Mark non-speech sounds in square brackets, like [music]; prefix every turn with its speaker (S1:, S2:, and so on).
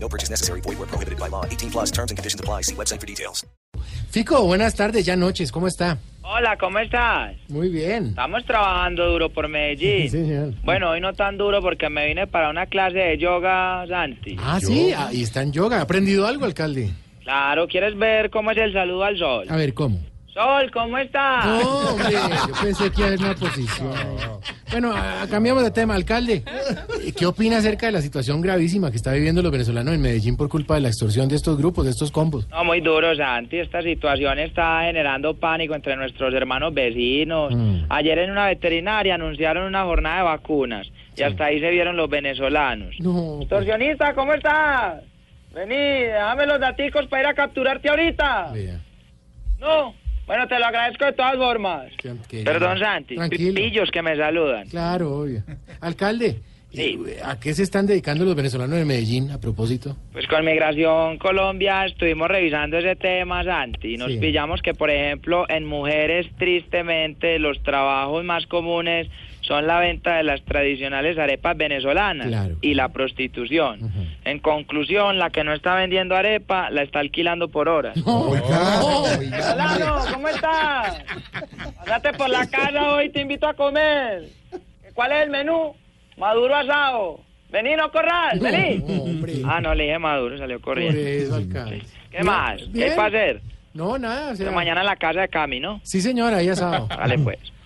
S1: No purchase necessary. Void where prohibited by law. 18 plus terms and conditions apply. See website for details.
S2: Fico, buenas tardes, ya noches, ¿cómo está?
S3: Hola, ¿cómo estás?
S2: Muy bien.
S3: Estamos trabajando duro por Medellín.
S2: señor.
S3: Bueno, hoy no tan duro porque me vine para una clase de yoga, Santi.
S2: Ah, sí, ahí está en yoga. ¿Ha aprendido algo, alcalde?
S3: Claro, ¿quieres ver cómo es el saludo al sol?
S2: A ver, ¿cómo?
S3: Sol, ¿cómo estás?
S2: Ah. No, hombre, [laughs] yo pensé que iba a haber una posición. Bueno, ah, cambiamos de tema, alcalde. Eh, ¿Qué opina acerca de la situación gravísima que está viviendo los venezolanos en Medellín por culpa de la extorsión de estos grupos, de estos combos?
S3: No, muy duro, Santi. Esta situación está generando pánico entre nuestros hermanos vecinos.
S2: Mm.
S3: Ayer en una veterinaria anunciaron una jornada de vacunas y hasta ahí se vieron los venezolanos.
S2: No, pues,
S3: Extorsionista, ¿cómo estás? Vení, déjame los daticos para ir a capturarte ahorita.
S2: vea,
S3: No. Bueno, te lo agradezco de todas formas.
S2: qué- qué-
S3: Perdón, Santi.
S2: Tranquilo.
S3: Pillos que me saludan.
S2: Claro, obvio. Alcalde,
S3: Sí.
S2: eh, ¿a qué se están dedicando los venezolanos en Medellín a propósito?
S3: Pues con Migración Colombia estuvimos revisando ese tema, Santi. y Nos
S2: Sí.
S3: pillamos que, por ejemplo, en mujeres, tristemente, los trabajos más comunes son la venta de las tradicionales arepas venezolanas
S2: Claro.
S3: y la prostitución.
S2: Ujú.
S3: En conclusión, la que no está vendiendo arepa la está alquilando por horas. Solano, ¿cómo estás? Pasate por la casa hoy, te invito a comer. ¿Cuál es el menú? Maduro asado. Vení, no corral, vení.
S2: No, hombre.
S3: Ah, no, le dije maduro, salió
S2: Por
S3: corriendo.
S2: eso, alcalde.
S3: ¿Qué más? ¿Qué
S2: Bien.
S3: hay para hacer?
S2: No, nada. o sea,
S3: Mañana en la casa de Cami, ¿no? [laughs]
S2: Sí, señora, ya sábado.
S3: Dale, pues.